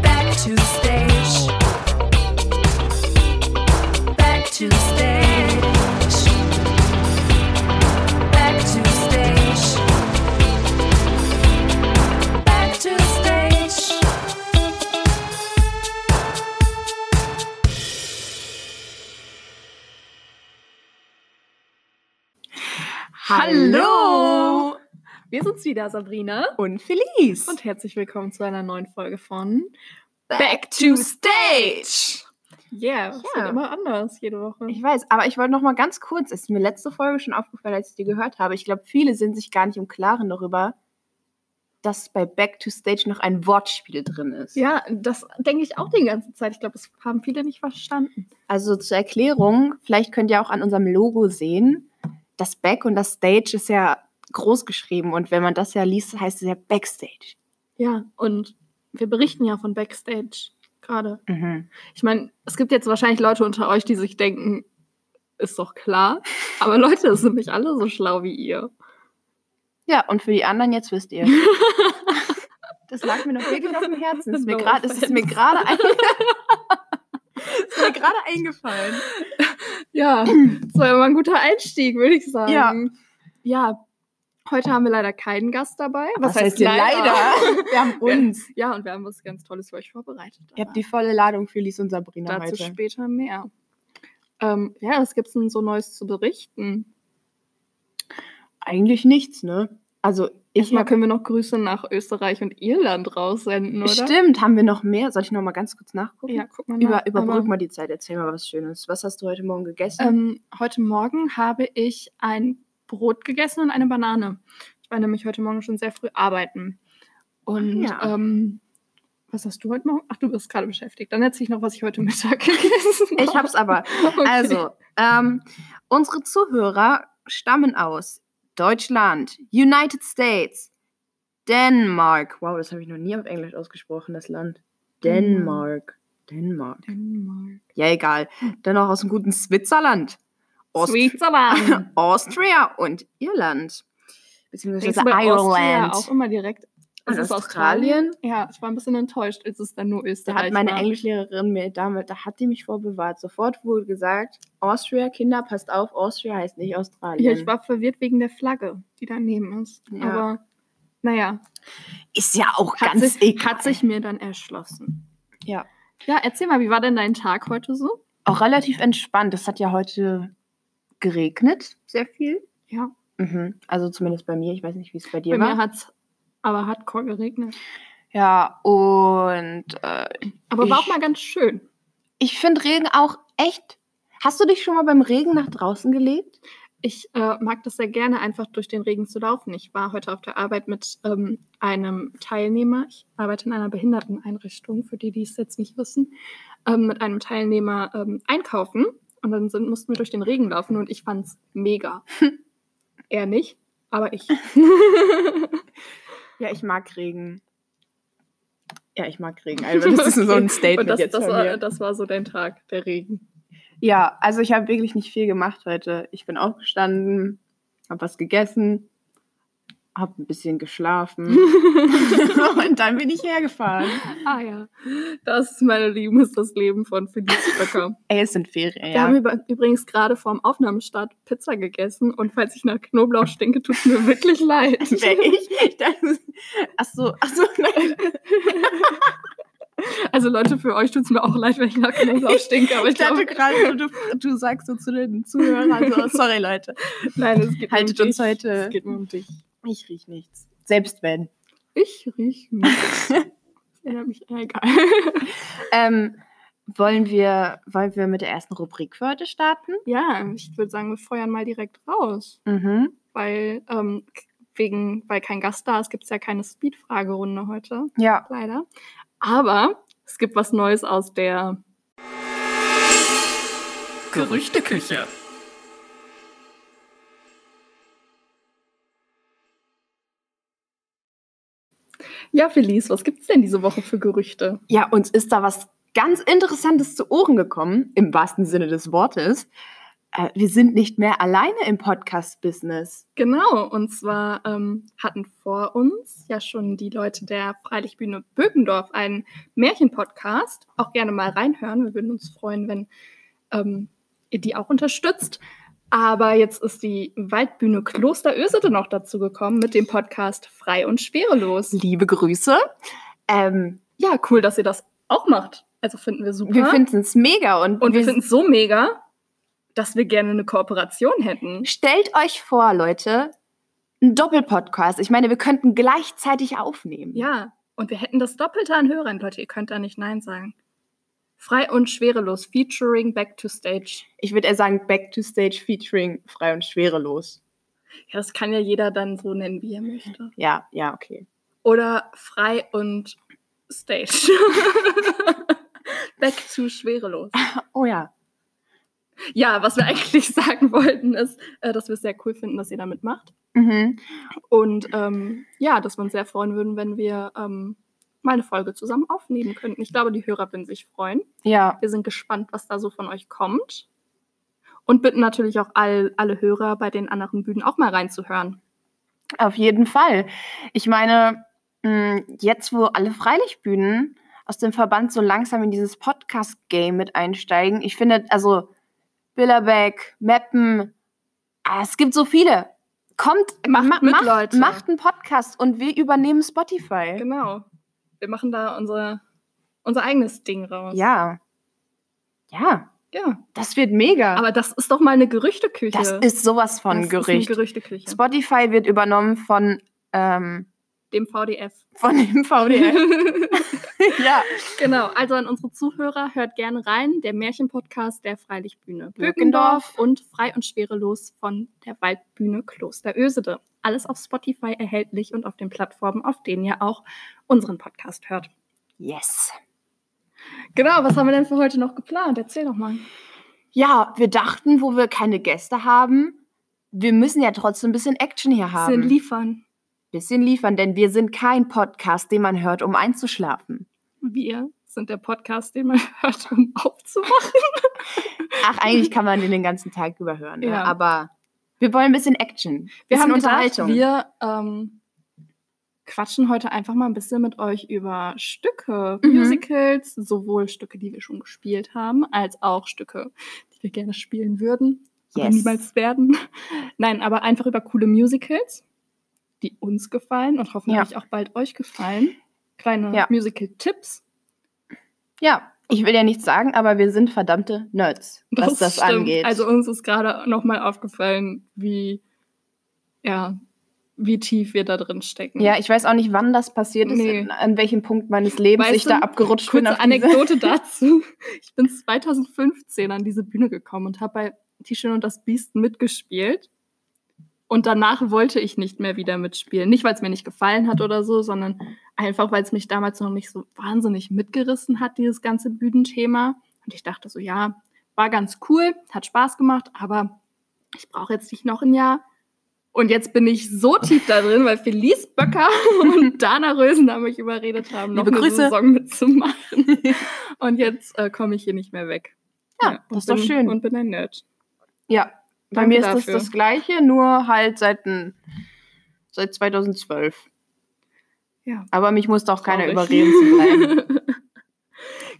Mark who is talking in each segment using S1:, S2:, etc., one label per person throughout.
S1: Back to Stage. Back to Stage. Back to Stage. Back to Stage.
S2: Hallo! Wir sind's wieder, Sabrina.
S3: Und Felice.
S2: Und herzlich willkommen zu einer neuen Folge von
S1: Back to Stage.
S2: Yeah, es wird
S3: Ja.
S2: immer anders jede Woche.
S3: ich weiß, aber ich wollte noch mal ganz kurz, es ist mir letzte Folge schon aufgefallen, als ich die gehört habe. Ich glaube, viele sind sich gar nicht im Klaren darüber, dass bei Back to Stage noch ein Wortspiel drin ist.
S2: Ja, das denke ich auch die ganze Zeit. Ich glaube, das haben viele nicht verstanden.
S3: Also zur Erklärung, vielleicht könnt ihr auch an unserem Logo sehen, das Back und das Stage ist ja groß geschrieben und wenn man das ja liest, heißt es ja Backstage.
S2: Ja, und wir berichten ja von Backstage gerade.
S3: Mhm.
S2: Ich meine, es gibt jetzt wahrscheinlich Leute unter euch, die sich denken, ist doch klar. Aber Leute, es sind nicht alle so schlau wie ihr.
S3: Ja, und für die anderen jetzt wisst ihr. Das lag mir noch wirklich auf dem Herzen. Ist mir
S2: No
S3: grad, es ist mir
S2: offense.
S3: gerade ein- ist mir gerade eingefallen.
S2: Ja, das war ja mal ein guter Einstieg, würde ich sagen.
S3: Ja.
S2: ja, heute haben wir leider keinen Gast dabei.
S3: Was, heißt hier leider? Wir haben uns.
S2: Ja, und wir haben was ganz Tolles für euch vorbereitet.
S3: Ihr habt
S2: aber
S3: die volle Ladung für Lies und Sabrina
S2: dazu
S3: heute.
S2: später mehr. Ähm, ja, was gibt's denn so Neues zu berichten?
S3: Eigentlich nichts, ne? Also ich
S2: Erstmal
S3: hab,
S2: können wir noch Grüße nach Österreich und Irland raussenden, oder?
S3: Stimmt, haben wir noch mehr? Soll ich noch mal ganz kurz nachgucken?
S2: Ja, guck mal nach.
S3: Über, überbrück
S2: Aber,
S3: mal die Zeit, erzähl mal was Schönes. Was hast du heute Morgen gegessen?
S2: ähm, heute Morgen habe ich ein Brot gegessen und eine Banane. Ich war nämlich heute Morgen schon sehr früh arbeiten. Und
S3: Ah, Ja.
S2: ähm, was hast du heute Morgen? Ach, du bist gerade beschäftigt. Dann erzähle ich noch, was ich heute Mittag gegessen habe.
S3: ich hab's aber.
S2: Okay.
S3: Also, ähm, unsere Zuhörer stammen aus Deutschland, United States, Dänemark. Wow, das habe ich noch nie auf Englisch ausgesprochen, das Land.
S2: Mhm.
S3: Dänemark. Dänemark.
S2: Dänemark.
S3: Ja, egal. Dann auch aus dem guten Switzerland. Aust-
S2: Switzerland.
S3: Austria und Irland.
S2: Denkst
S3: Beziehungsweise
S2: du bei Austria
S3: Ireland.
S2: Auch immer direkt.
S3: Und
S2: Ist es
S3: Australien?
S2: Ja, ich war ein bisschen enttäuscht, als es dann nur
S3: Da
S2: Österreich
S3: hat meine
S2: war.
S3: Englischlehrerin mir damit, da hat die mich vorbewahrt. Sofort wurde gesagt, Austria, Kinder, passt auf, Austria heißt nicht Australien.
S2: ja, ich war verwirrt wegen der Flagge, die daneben ist.
S3: Ja.
S2: Aber naja,
S3: Ist ja auch
S2: hat
S3: ganz
S2: sich,
S3: egal.
S2: hat sich mir dann erschlossen.
S3: Ja.
S2: Ja, erzähl mal, wie war denn dein Tag heute so?
S3: Auch relativ entspannt. Es hat ja heute geregnet, sehr viel.
S2: Ja,
S3: Mhm. Also zumindest bei mir. Ich weiß nicht, wie es bei dir
S2: bei mir
S3: war.
S2: hat es aber hardcore geregnet.
S3: Ja, und äh,
S2: Aber war
S3: Ich-
S2: auch mal ganz schön.
S3: Ich finde Regen auch echt. Hast du dich schon mal beim Regen nach draußen gelegt?
S2: Ich äh, mag das sehr gerne, einfach durch den Regen zu laufen. Ich war heute auf der Arbeit mit ähm, einem Teilnehmer. Ich arbeite in einer Behinderteneinrichtung, für die, die es jetzt nicht wissen, ähm, mit einem Teilnehmer ähm, einkaufen. Und dann sind, mussten wir durch den Regen laufen und ich fand's mega. er nicht, aber ich.
S3: Ja, ich mag Regen. Ja, ich mag Regen. Also
S2: Okay. und das, das, war, das war so dein Tag, der Regen.
S3: Ja, also ich habe wirklich nicht viel gemacht heute. Ich bin aufgestanden, habe was gegessen, habe ein bisschen geschlafen und dann bin ich hergefahren.
S2: Ah ja, das, meine Lieben, ist das Leben von Felice Stöcker.
S3: Ey, es sind Ferien.
S2: Wir haben über, übrigens gerade vor dem Aufnahmestart Pizza gegessen und falls ich nach Knoblauch stinke, tut mir wirklich leid.
S3: Wer ich? ich dachte, ach so, ach so, nein.
S2: Also Leute, für euch tut es mir auch leid, wenn ich nach Knoblauch stinke, aber ich
S3: Ich dachte
S2: glaube,
S3: gerade, du, du sagst so zu den Zuhörern, so, sorry Leute.
S2: nein, es geht
S3: Haltet
S2: um
S3: uns
S2: dich.
S3: heute-
S2: Es geht nur um dich.
S3: Ich riech nichts. Selbst wenn.
S2: Ich rieche nichts. Das erinnert mich, na, egal.
S3: Ähm, wollen, wir, wollen wir mit der ersten Rubrik für heute starten?
S2: Ja, ich würde sagen, wir feuern mal direkt raus,
S3: Mhm.
S2: weil ähm, wegen, weil kein Gast da ist, gibt es ja keine Speed-Fragerunde heute.
S3: Ja.
S2: leider. Aber es gibt was Neues aus der.
S1: Gerüchteküche.
S2: Ja, Felice, was gibt's denn diese Woche für Gerüchte?
S3: Ja, uns ist da was ganz Interessantes zu Ohren gekommen, im wahrsten Sinne des Wortes. äh, wir sind nicht mehr alleine im Podcast-Business.
S2: Genau, und zwar ähm, hatten vor uns ja schon die Leute der Freilichtbühne Bökendorf einen Märchen-Podcast. Auch gerne mal reinhören. Wir würden uns freuen, wenn ähm, ihr die auch unterstützt. Aber jetzt ist die Waldbühne Kloster Ösete noch dazu gekommen mit dem Podcast Frei und Schwerelos.
S3: Liebe Grüße. Ähm,
S2: Ja, cool, dass ihr das auch macht. Also finden wir super.
S3: wir finden es mega und,
S2: und wir
S3: wir
S2: finden es so mega, dass wir gerne eine Kooperation hätten.
S3: stellt euch vor, Leute, ein Doppelpodcast. Ich meine, wir könnten gleichzeitig aufnehmen.
S2: Ja, und wir hätten das Doppelte an Hörern, Leute. Ihr könnt da nicht Nein sagen. Frei und schwerelos, featuring Back to Stage.
S3: Ich würde eher sagen, Back to Stage featuring frei und schwerelos.
S2: Ja, das kann ja jeder dann so nennen, wie er möchte.
S3: Ja, ja, okay.
S2: Oder frei und Stage. Back to schwerelos.
S3: Oh ja.
S2: Ja, was wir eigentlich sagen wollten, ist, äh, dass wir es sehr cool finden, dass ihr da mitmacht.
S3: Mhm.
S2: Und ähm, ja, dass wir uns sehr freuen würden, wenn wir ähm, mal eine Folge zusammen aufnehmen könnten. Ich glaube, die Hörer würden sich freuen.
S3: Ja.
S2: Wir sind gespannt, was da so von euch kommt. Und bitten natürlich auch all, alle Hörer bei den anderen Bühnen auch mal reinzuhören.
S3: Auf jeden Fall. Ich meine, mh, jetzt wo alle Freilichtbühnen aus dem Verband so langsam in dieses Podcast-Game mit einsteigen, ich finde, also Billerbeck, Meppen, ah, es gibt so viele. Kommt,
S2: Macht mit,
S3: macht,
S2: Leute.
S3: macht einen Podcast und wir übernehmen Spotify.
S2: Genau. Wir machen da unsere, unser eigenes Ding raus.
S3: Ja. Ja,
S2: ja.
S3: das wird mega.
S2: Aber das ist doch mal eine Gerüchteküche.
S3: das ist sowas
S2: Das
S3: von
S2: ist
S3: Gerücht.
S2: eine Gerüchteküche.
S3: Spotify wird übernommen von, ähm,
S2: Dem VDF.
S3: von dem VDL. ja.
S2: genau. Also an unsere Zuhörer, hört gerne rein. Der Märchenpodcast der Freilichtbühne
S3: Böckendorf.
S2: Böckendorf und Frei und Schwerelos von der Waldbühne Kloster Ösede. Alles auf Spotify erhältlich und auf den Plattformen, auf denen ihr auch unseren Podcast hört.
S3: Yes.
S2: Genau, was haben wir denn für heute noch geplant? Erzähl doch mal.
S3: Ja, wir dachten, wo wir keine Gäste haben, wir müssen ja trotzdem ein bisschen Action hier haben.
S2: Bisschen liefern.
S3: bisschen liefern, denn wir sind kein Podcast, den man hört, um einzuschlafen.
S2: Wir sind der Podcast, den man hört, um aufzuwachen.
S3: Ach, eigentlich kann man den den ganzen Tag über hören, ne?
S2: Ja.
S3: aber wir wollen ein bisschen Action.
S2: Wir
S3: bisschen
S2: haben gedacht,
S3: Unterhaltung.
S2: wir ähm, quatschen heute einfach mal ein bisschen mit euch über Stücke,
S3: Mhm.
S2: Musicals, sowohl Stücke, die wir schon gespielt haben, als auch Stücke, die wir gerne spielen würden, aber
S3: Yes.
S2: niemals werden. Nein, aber einfach über coole Musicals, die uns gefallen und hoffentlich auch bald euch gefallen. Kleine
S3: Ja.
S2: Musical-Tipps.
S3: ja, ich will ja nichts sagen, aber wir sind verdammte Nerds, was das
S2: stimmt.
S3: angeht.
S2: Also uns ist gerade nochmal aufgefallen, wie, ja, wie tief wir da drin stecken.
S3: ja, ich weiß auch nicht, wann das passiert ist,
S2: Nee.
S3: in- an welchem Punkt meines Lebens
S2: Weißt
S3: ich da
S2: du,
S3: abgerutscht bin.
S2: Kurze
S3: auf diese-
S2: Anekdote dazu. Ich bin 2015 an diese Bühne gekommen und habe bei T Schön und das Biest mitgespielt. Und danach wollte ich nicht mehr wieder mitspielen. Nicht, weil es mir nicht gefallen hat oder so, sondern einfach, weil es mich damals noch nicht so wahnsinnig mitgerissen hat, dieses ganze Bühnenthema. Und ich dachte so, ja, war ganz cool, hat Spaß gemacht, aber ich brauche jetzt nicht noch ein Jahr. Und jetzt bin ich so tief da drin, weil Felice Böcker und Dana Rösen da mich überredet haben, noch
S3: Liebe
S2: eine
S3: Grüße.
S2: Saison mitzumachen. Und jetzt äh, komme ich hier nicht mehr weg.
S3: Ja,
S2: und
S3: das ist doch
S2: bin,
S3: schön.
S2: Und bin ein Nerd.
S3: Ja, bei
S2: Danke
S3: mir ist das
S2: dafür.
S3: das Gleiche, nur halt seit, n- seit 2012.
S2: Ja.
S3: Aber mich muss doch keiner
S2: Traurig.
S3: überreden zu bleiben.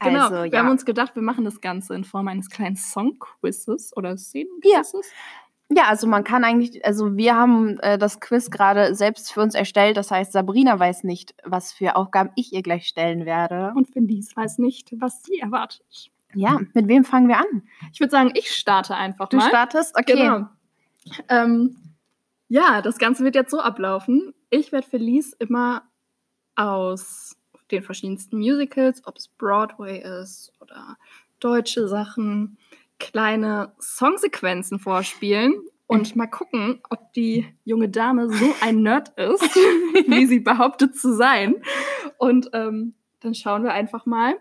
S2: Genau,
S3: also,
S2: wir
S3: ja.
S2: haben uns gedacht, wir machen das Ganze in Form eines kleinen Songquizzes oder
S3: Ja.
S2: Szenenquizzes.
S3: ja, also man kann eigentlich, also wir haben äh, das Quiz gerade selbst für uns erstellt. Das heißt, Sabrina weiß nicht, was für Aufgaben ich ihr gleich stellen werde.
S2: Und Felice weiß nicht, was sie erwartet.
S3: ja, mit wem fangen wir an?
S2: Ich würde sagen, ich starte einfach
S3: Du
S2: mal.
S3: startest? Okay.
S2: Genau. Ähm, ja, das Ganze wird jetzt so ablaufen. Ich werde Felice immer aus den verschiedensten Musicals, ob es Broadway ist oder deutsche Sachen, kleine Songsequenzen vorspielen und mal gucken, ob die junge Dame so ein Nerd ist, wie sie behauptet zu sein. Und ähm, dann schauen wir einfach mal,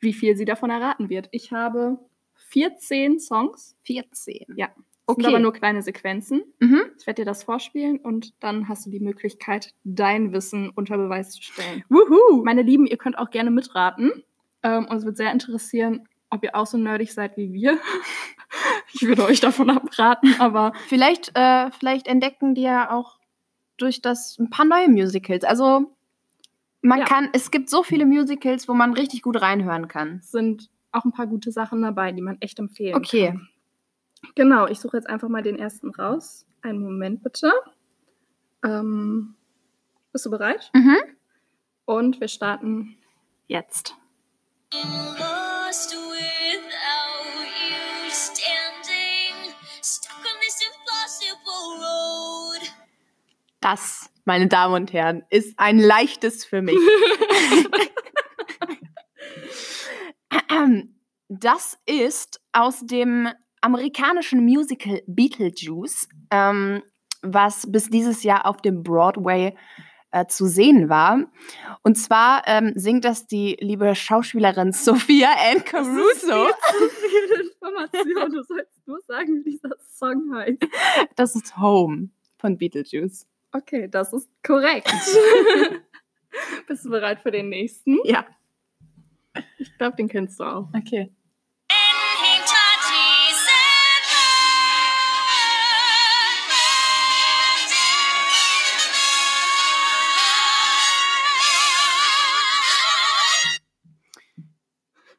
S2: wie viel sie davon erraten wird. Ich habe 14 Songs
S3: 14.
S2: Ja. das
S3: Okay.
S2: sind aber nur kleine Sequenzen.
S3: mhm.
S2: Ich werde dir das vorspielen und dann hast du die Möglichkeit, dein Wissen unter Beweis zu stellen.
S3: Wuhu.
S2: Meine Lieben, ihr könnt auch gerne mitraten. Ähm, uns wird sehr interessieren, ob ihr auch so nerdig seid wie wir. Ich würde euch davon abraten, aber
S3: Vielleicht, äh, vielleicht entdecken die ja auch durch das ein paar neue Musicals. Also man
S2: Ja.
S3: kann, es gibt so viele Musicals, wo man richtig gut reinhören kann.
S2: es sind auch ein paar gute Sachen dabei, die man echt empfehlen
S3: Okay.
S2: kann. Genau, ich suche jetzt einfach mal den ersten raus. Einen Moment bitte. Ähm, bist du bereit?
S3: Mhm.
S2: Und wir starten jetzt.
S4: Lost without you standing, stuck on this impossible road.
S3: Das, meine Damen und Herren, ist ein leichtes für mich. das ist aus dem amerikanischen Musical Beetlejuice, ähm, was bis dieses Jahr auf dem Broadway äh, zu sehen war. Und zwar ähm, singt das die liebe Schauspielerin Sophia Ann Caruso.
S2: Viel Information, du sollst nur sagen, wie dieser Song heißt.
S3: Das ist Home von Beetlejuice.
S2: Okay, das ist korrekt. Bist du bereit für den nächsten?
S3: Ja.
S2: Ich glaube, den kennst du auch.
S3: Okay.
S4: Hang touches and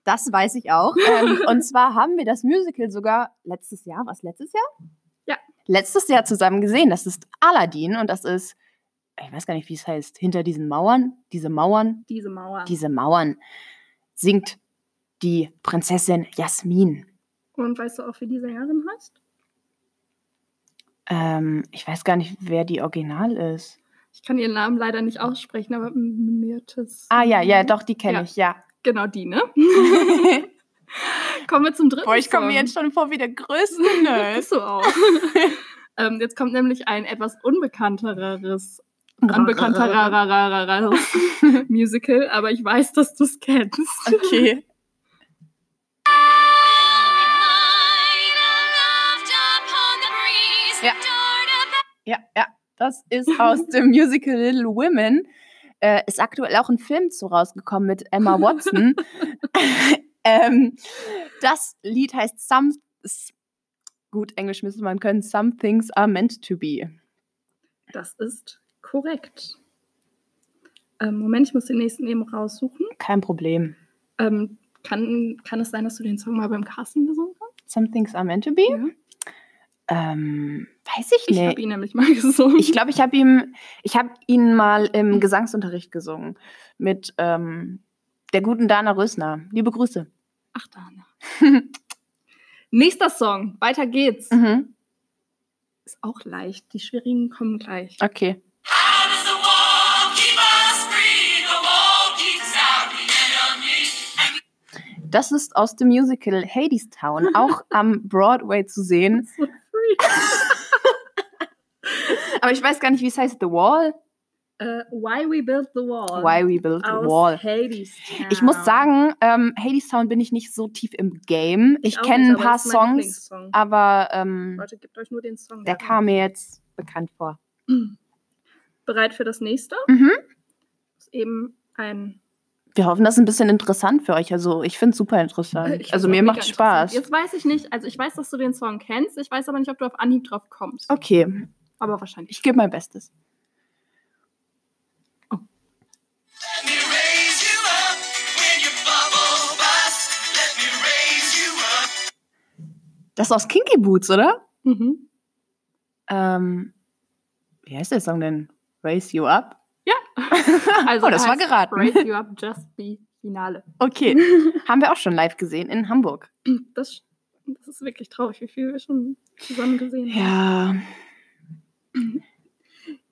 S3: Das weiß ich auch. ähm, und zwar haben wir das Musical sogar letztes Jahr, was letztes Jahr?
S2: Ja.
S3: Letztes Jahr zusammen gesehen. Das ist Aladdin und das ist, ich weiß gar nicht, wie es heißt, hinter diesen Mauern, diese Mauern,
S2: Diese Mauer.
S3: diese Mauern singt die Prinzessin Jasmin.
S2: Und weißt du auch, wie die Sängerin heißt?
S3: Ähm, ich weiß gar nicht, wer die Original ist.
S2: Ich kann ihren Namen leider nicht aussprechen, aber Mirtes.
S3: Ah ja, ja, doch, die kenne
S2: Ja.
S3: ich, ja.
S2: Genau die, ne? Kommen wir zum dritten.
S3: komm
S2: Song.
S3: schon vor wie der größte ne?
S2: Bist du auch. ähm, jetzt kommt nämlich ein etwas unbekannteres, unbekannteres Musical, aber ich weiß, dass du es kennst.
S3: Okay. Ja. Ja, ja, das ist aus dem Musical Little Women. Äh, ist aktuell auch ein Film zu rausgekommen mit Emma Watson. ähm, das Lied heißt Some. s- Gut, Englisch müsste man können. Some things are meant to be.
S2: Das ist korrekt. Ähm, Moment, ich muss den nächsten eben raussuchen.
S3: Kein Problem.
S2: Ähm, kann, kann es sein, dass du den Song mal beim Casting gesungen hast?
S3: Some things are meant to be?
S2: Ja.
S3: Ähm, weiß ich
S2: Ich habe
S3: nicht.
S2: ihn nämlich mal gesungen.
S3: Ich glaube, ich habe ihm, ich habe ihn mal im Gesangsunterricht gesungen mit ähm, der guten Dana Rösner. Liebe Grüße.
S2: Ach, Dana. Nächster Song. Weiter geht's.
S3: Mhm.
S2: Ist auch leicht. Die schwierigen kommen gleich.
S3: Okay. Das ist aus dem Musical Hadestown, auch am Broadway zu sehen.
S2: So free.
S3: Aber ich weiß gar nicht, wie es heißt. The Wall?
S2: Äh, Why We Built the Wall.
S3: Why We Built the
S2: Aus
S3: Wall.
S2: Hades
S3: Ich muss sagen, ähm, Hadestown bin ich nicht so tief im Game. Ich kenne ein paar Songs, aber ähm,
S2: Leute, gebt euch nur den Song.
S3: der
S2: da.
S3: kam mir jetzt bekannt vor.
S2: Bereit für das nächste?
S3: Mhm.
S2: Ist eben ein.
S3: Wir hoffen, das ist ein bisschen interessant für euch. Also ich finde es super
S2: Äh,
S3: interessant.
S2: ich
S3: also
S2: find's
S3: mir
S2: auch
S3: macht
S2: mega
S3: Spaß.
S2: interessant. Jetzt weiß ich nicht, also ich weiß, dass du den Song kennst, ich weiß aber nicht, ob du auf Anhieb drauf kommst.
S3: Okay,
S2: Aber wahrscheinlich.
S3: ich gebe mein Bestes.
S2: Oh.
S3: Das ist aus Kinky Boots, oder?
S2: Mhm.
S3: Ähm, wie heißt der Song denn? Raise You Up?
S2: Ja.
S3: also, oh, das war
S2: heißt
S3: geraten.
S2: Raise You Up, Just Be Finale.
S3: Okay, haben wir auch schon live gesehen in Hamburg.
S2: Das, das ist wirklich traurig, wie viel wir schon zusammen gesehen haben.
S3: Ja,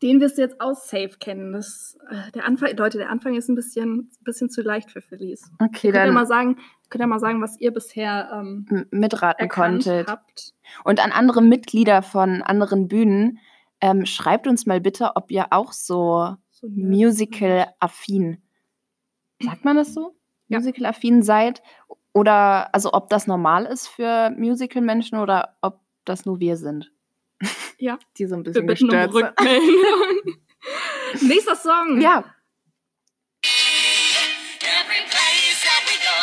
S2: Den wirst du jetzt aus Safe kennen. Das, äh, der Anfang, Leute, der Anfang ist ein bisschen, bisschen zu leicht für Felice.
S3: okay,
S2: Könnt ihr mal
S3: dann
S2: sagen, könnt ihr mal sagen, was ihr bisher ähm,
S3: m- mitraten
S2: erkannt
S3: konntet.
S2: habt?
S3: Und an andere Mitglieder von anderen Bühnen, ähm, schreibt uns mal bitte, ob ihr auch so
S2: So ne?
S3: musical-affin, sagt man das so?
S2: Ja.
S3: Musical-affin seid? Oder also ob das normal ist für Musical-Menschen oder ob das nur wir sind.
S2: Ja.
S3: Die so ein
S2: Wir
S3: bisschen
S2: bitten um
S3: gestört sind.
S2: Rückmeldung. Nächster Song.
S3: Ja,
S4: Every place that we go,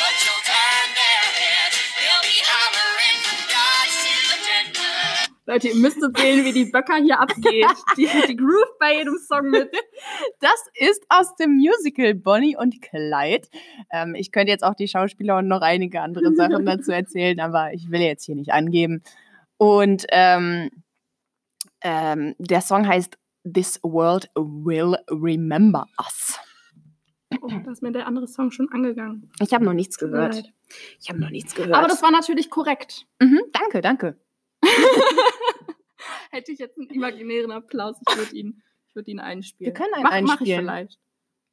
S4: put your time there, hands. They'll be hollering from God
S2: Leute, ihr müsst jetzt sehen, wie die Böcker hier abgeht. Die, die Groove bei jedem Song mit.
S3: Das ist aus dem Musical Bonnie und Clyde. Ähm, ich könnte jetzt auch die Schauspieler und noch einige andere Sachen dazu erzählen, aber ich will jetzt hier nicht angeben. Und ähm, ähm, der Song heißt This World Will Remember Us.
S2: Oh, da ist mir der andere Song schon angegangen.
S3: Ich habe noch nichts
S2: Tut mir leid.
S3: gehört. Ich habe noch nichts gehört.
S2: Aber das war natürlich korrekt.
S3: mhm, danke, danke.
S2: Hätte ich jetzt einen imaginären Applaus, ich würde ihn, ich würd ihn
S3: Wir
S2: einspielen.
S3: können einen
S2: mach, Mach ich
S3: einspielen.
S2: vielleicht.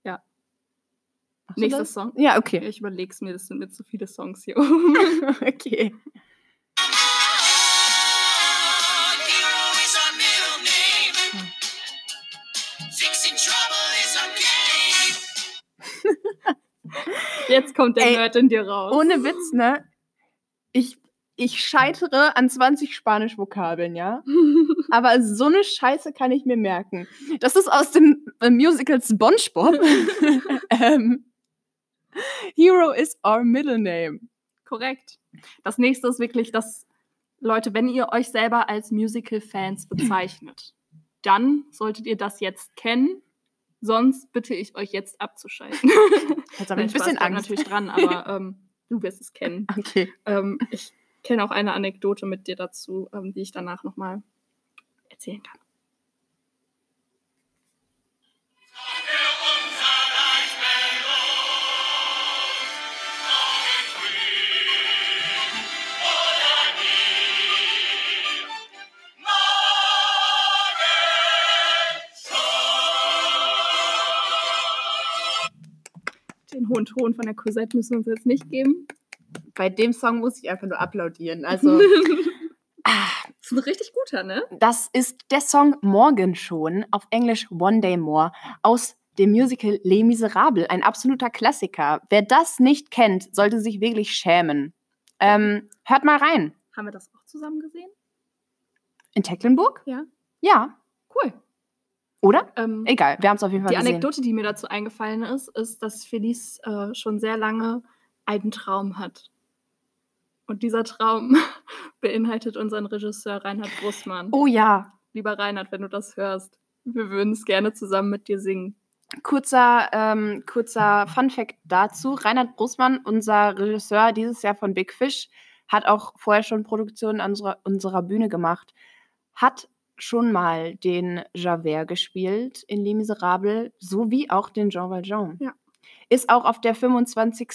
S3: Machst du
S2: Nächster
S3: das?
S2: Song.
S3: Ja, okay.
S2: Ich überlege es mir, das sind mir zu viele Songs hier oben.
S3: okay.
S2: Jetzt kommt der
S3: Ey,
S2: Nerd in dir raus.
S3: Ohne Witz, ne? Ich, ich scheitere an 20 Spanisch-Vokabeln, ja? Aber so eine Scheiße kann ich mir merken. Das ist aus dem äh, Musical SpongeBob. ähm, Hero is our middle name.
S2: Korrekt. Das nächste ist wirklich, dass Leute, wenn ihr euch selber als Musical-Fans bezeichnet, dann solltet ihr das jetzt kennen. Sonst bitte ich euch jetzt abzuschalten.
S3: Jetzt habe ich ein bisschen
S2: bleibt
S3: Angst.
S2: natürlich dran, aber ähm, du wirst es kennen.
S3: Okay.
S2: Ähm, ich kenne auch eine Anekdote mit dir dazu, ähm, die ich danach nochmal erzählen kann. Den hohen Ton von der Cosette müssen wir uns jetzt nicht geben.
S3: Bei dem Song muss ich einfach nur applaudieren. Also,
S2: Das ah, ist ein richtig guter, ne?
S3: das ist der Song Morgen schon, auf Englisch One Day More, aus dem Musical Les Miserables, ein absoluter Klassiker. Wer das nicht kennt, sollte sich wirklich schämen. Ähm, hört mal rein.
S2: Haben wir das auch zusammen gesehen?
S3: In Tecklenburg?
S2: Ja.
S3: Ja.
S2: Cool.
S3: Oder?
S2: Ähm,
S3: Egal, wir haben es auf jeden Fall
S2: die
S3: gesehen.
S2: Anekdote, die mir dazu eingefallen ist, ist, dass Felice äh, schon sehr lange einen Traum hat. Und dieser Traum beinhaltet unseren Regisseur Reinhard Brustmann.
S3: Oh ja.
S2: Lieber Reinhard, wenn du das hörst, wir würden es gerne zusammen mit dir singen.
S3: Kurzer, ähm, kurzer Fun-Fact dazu. Reinhard Brustmann, unser Regisseur dieses Jahr von Big Fish, hat auch vorher schon Produktionen an unserer, unserer Bühne gemacht. Hat schon mal den Javert gespielt in Les Miserables, sowie auch den Jean Valjean.
S2: Ja.
S3: Ist auch auf der 25.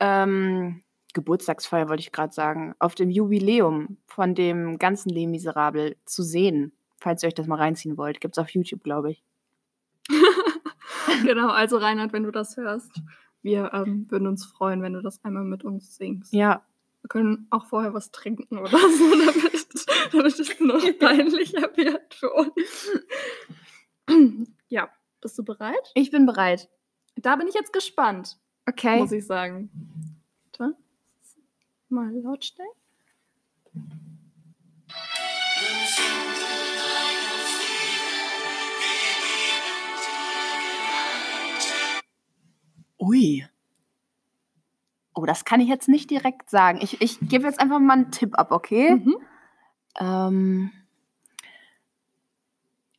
S3: Ähm, Geburtstagsfeier, wollte ich gerade sagen, auf dem Jubiläum von dem ganzen Les Miserables zu sehen. Falls ihr euch das mal reinziehen wollt, gibt es auf YouTube, glaube ich.
S2: genau, also Reinhard, wenn du das hörst, wir ähm, würden uns freuen, wenn du das einmal mit uns singst.
S3: Ja,
S2: Wir können auch vorher was trinken oder so, damit, damit es noch peinlicher wird für uns. Ja, bist du bereit?
S3: ich bin bereit.
S2: Da bin ich jetzt gespannt,
S3: Okay.
S2: muss ich sagen. Warte. Mal lautstellen.
S3: Ui. Oh, das kann ich jetzt nicht direkt sagen. Ich, ich gebe jetzt einfach mal einen Tipp ab, okay?
S2: Mhm.
S3: Ähm,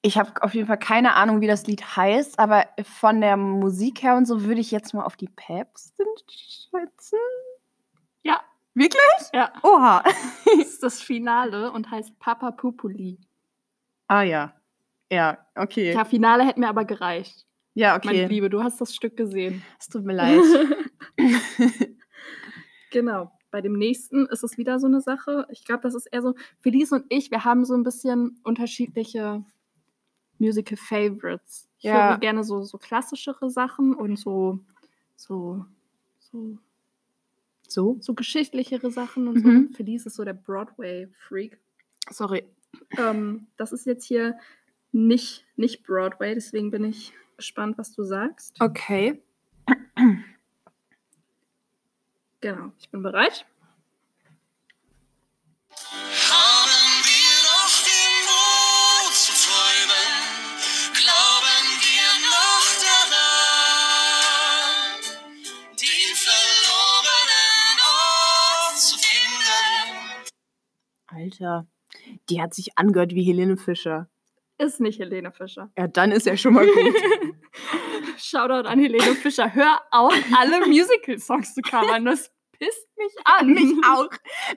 S3: ich habe auf jeden Fall keine Ahnung, wie das Lied heißt, aber von der Musik her und so würde ich jetzt mal auf die Päpstin schätzen.
S2: Ja.
S3: Wirklich?
S2: Ja,
S3: Oha.
S2: das ist das Finale und heißt Papa Populi.
S3: Ah ja. Ja, okay.
S2: Ja, Finale hätte mir aber gereicht.
S3: ja,
S2: Meine Liebe, du hast das Stück gesehen.
S3: Es tut mir leid.
S2: Genau. Bei dem nächsten ist es wieder so eine Sache. Ich glaube, das ist eher so, Felice und ich, wir haben so ein bisschen unterschiedliche Musical Favorites. Ich
S3: Ja.
S2: höre gerne so, so klassischere Sachen und so, so, so,
S3: so?
S2: so geschichtlichere Sachen und
S3: Mhm.
S2: so. Felice ist so der Broadway-Freak.
S3: Sorry.
S2: Ähm, das ist jetzt hier nicht, nicht Broadway, deswegen bin ich gespannt, was du sagst.
S3: Okay.
S2: Genau, ich bin bereit.
S4: Haben wir noch den Mut zu träumen? Glauben wir noch daran, den verlorenen Ort zu finden?
S3: Alter. die hat sich angehört wie Helene Fischer.
S2: Ist nicht Helene Fischer.
S3: Ja, dann ist ja schon mal gut.
S2: Shoutout an Helene Fischer. Hör auf, alle Musical-Songs zu covern. Das pisst mich an.
S3: Mich auch.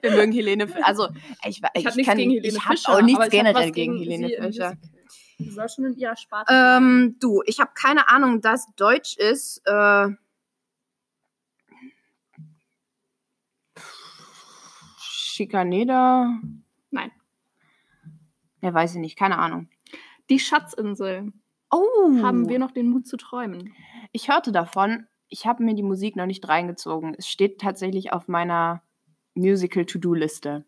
S3: Wir mögen Helene Fischer. Also, ich, wa-
S2: Ich habe
S3: ich
S2: nichts
S3: kann,
S2: gegen Helene
S3: ich hab
S2: Fischer.
S3: auch nichts
S2: aber ich hab
S3: generell
S2: was
S3: gegen,
S2: sie
S3: Helene
S2: im
S3: Fischer.
S2: Musical. Sie soll schon in ihrer Sparte sein.
S3: Ähm, du, ich habe keine Ahnung, dass Deutsch ist. Äh, Schikaneder?
S2: Nein.
S3: Ja, weiß ich nicht, keine Ahnung.
S2: Die Schatzinsel.
S3: Oh,
S2: Haben wir noch den Mut zu träumen?
S3: Ich hörte davon. Ich habe mir die Musik noch nicht reingezogen. Es steht tatsächlich auf meiner Musical-To-Do-Liste.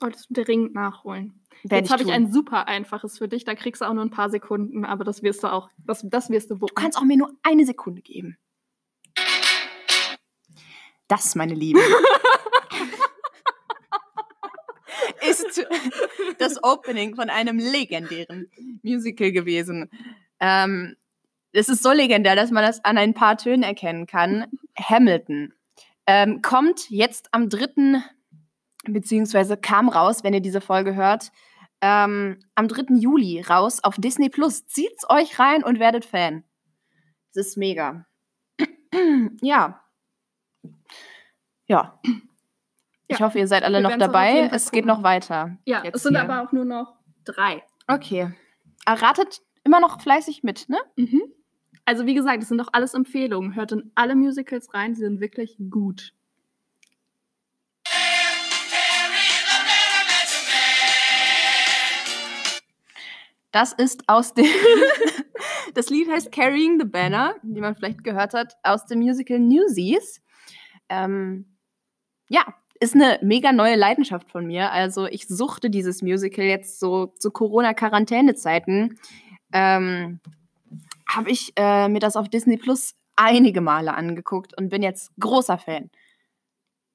S2: Solltest du dringend nachholen.
S3: Werd
S2: Jetzt habe ich
S3: tun.
S2: ein super einfaches für dich. Da kriegst du auch nur ein paar Sekunden, aber das wirst du auch. Das, das wirst du
S3: Du kannst auch mir nur eine Sekunde geben. Das, meine Lieben, ist das Opening von einem legendären Musical gewesen. Ähm, es ist so legendär, dass man das an ein paar Tönen erkennen kann. Hamilton ähm, kommt jetzt am 3. beziehungsweise kam raus, wenn ihr diese Folge hört, ähm, am 3. Juli raus auf Disney Plus. Zieht's euch rein und werdet Fan. Das ist mega. ja. Ja. Ich
S2: Ja.
S3: hoffe, ihr seid alle
S2: Wir
S3: noch
S2: werden's auch auf jeden
S3: dabei.
S2: Fall
S3: Es geht
S2: gucken.
S3: noch weiter.
S2: Ja,
S3: jetzt
S2: es sind
S3: hier.
S2: aber auch nur noch drei.
S3: Okay. Erratet immer noch fleißig mit, ne?
S2: Mhm. Also wie gesagt, es sind auch alles Empfehlungen. Hört in alle Musicals rein, die sind wirklich gut.
S3: Das ist aus dem. das Lied heißt Carrying the Banner, wie man vielleicht gehört hat, aus dem Musical Newsies. Ähm, ja, ist eine mega neue Leidenschaft von mir. Also, ich suchte dieses Musical jetzt so zu Corona-Quarantäne-Zeiten. Ähm, Habe ich äh, mir das auf Disney Plus einige Male angeguckt und bin jetzt großer Fan.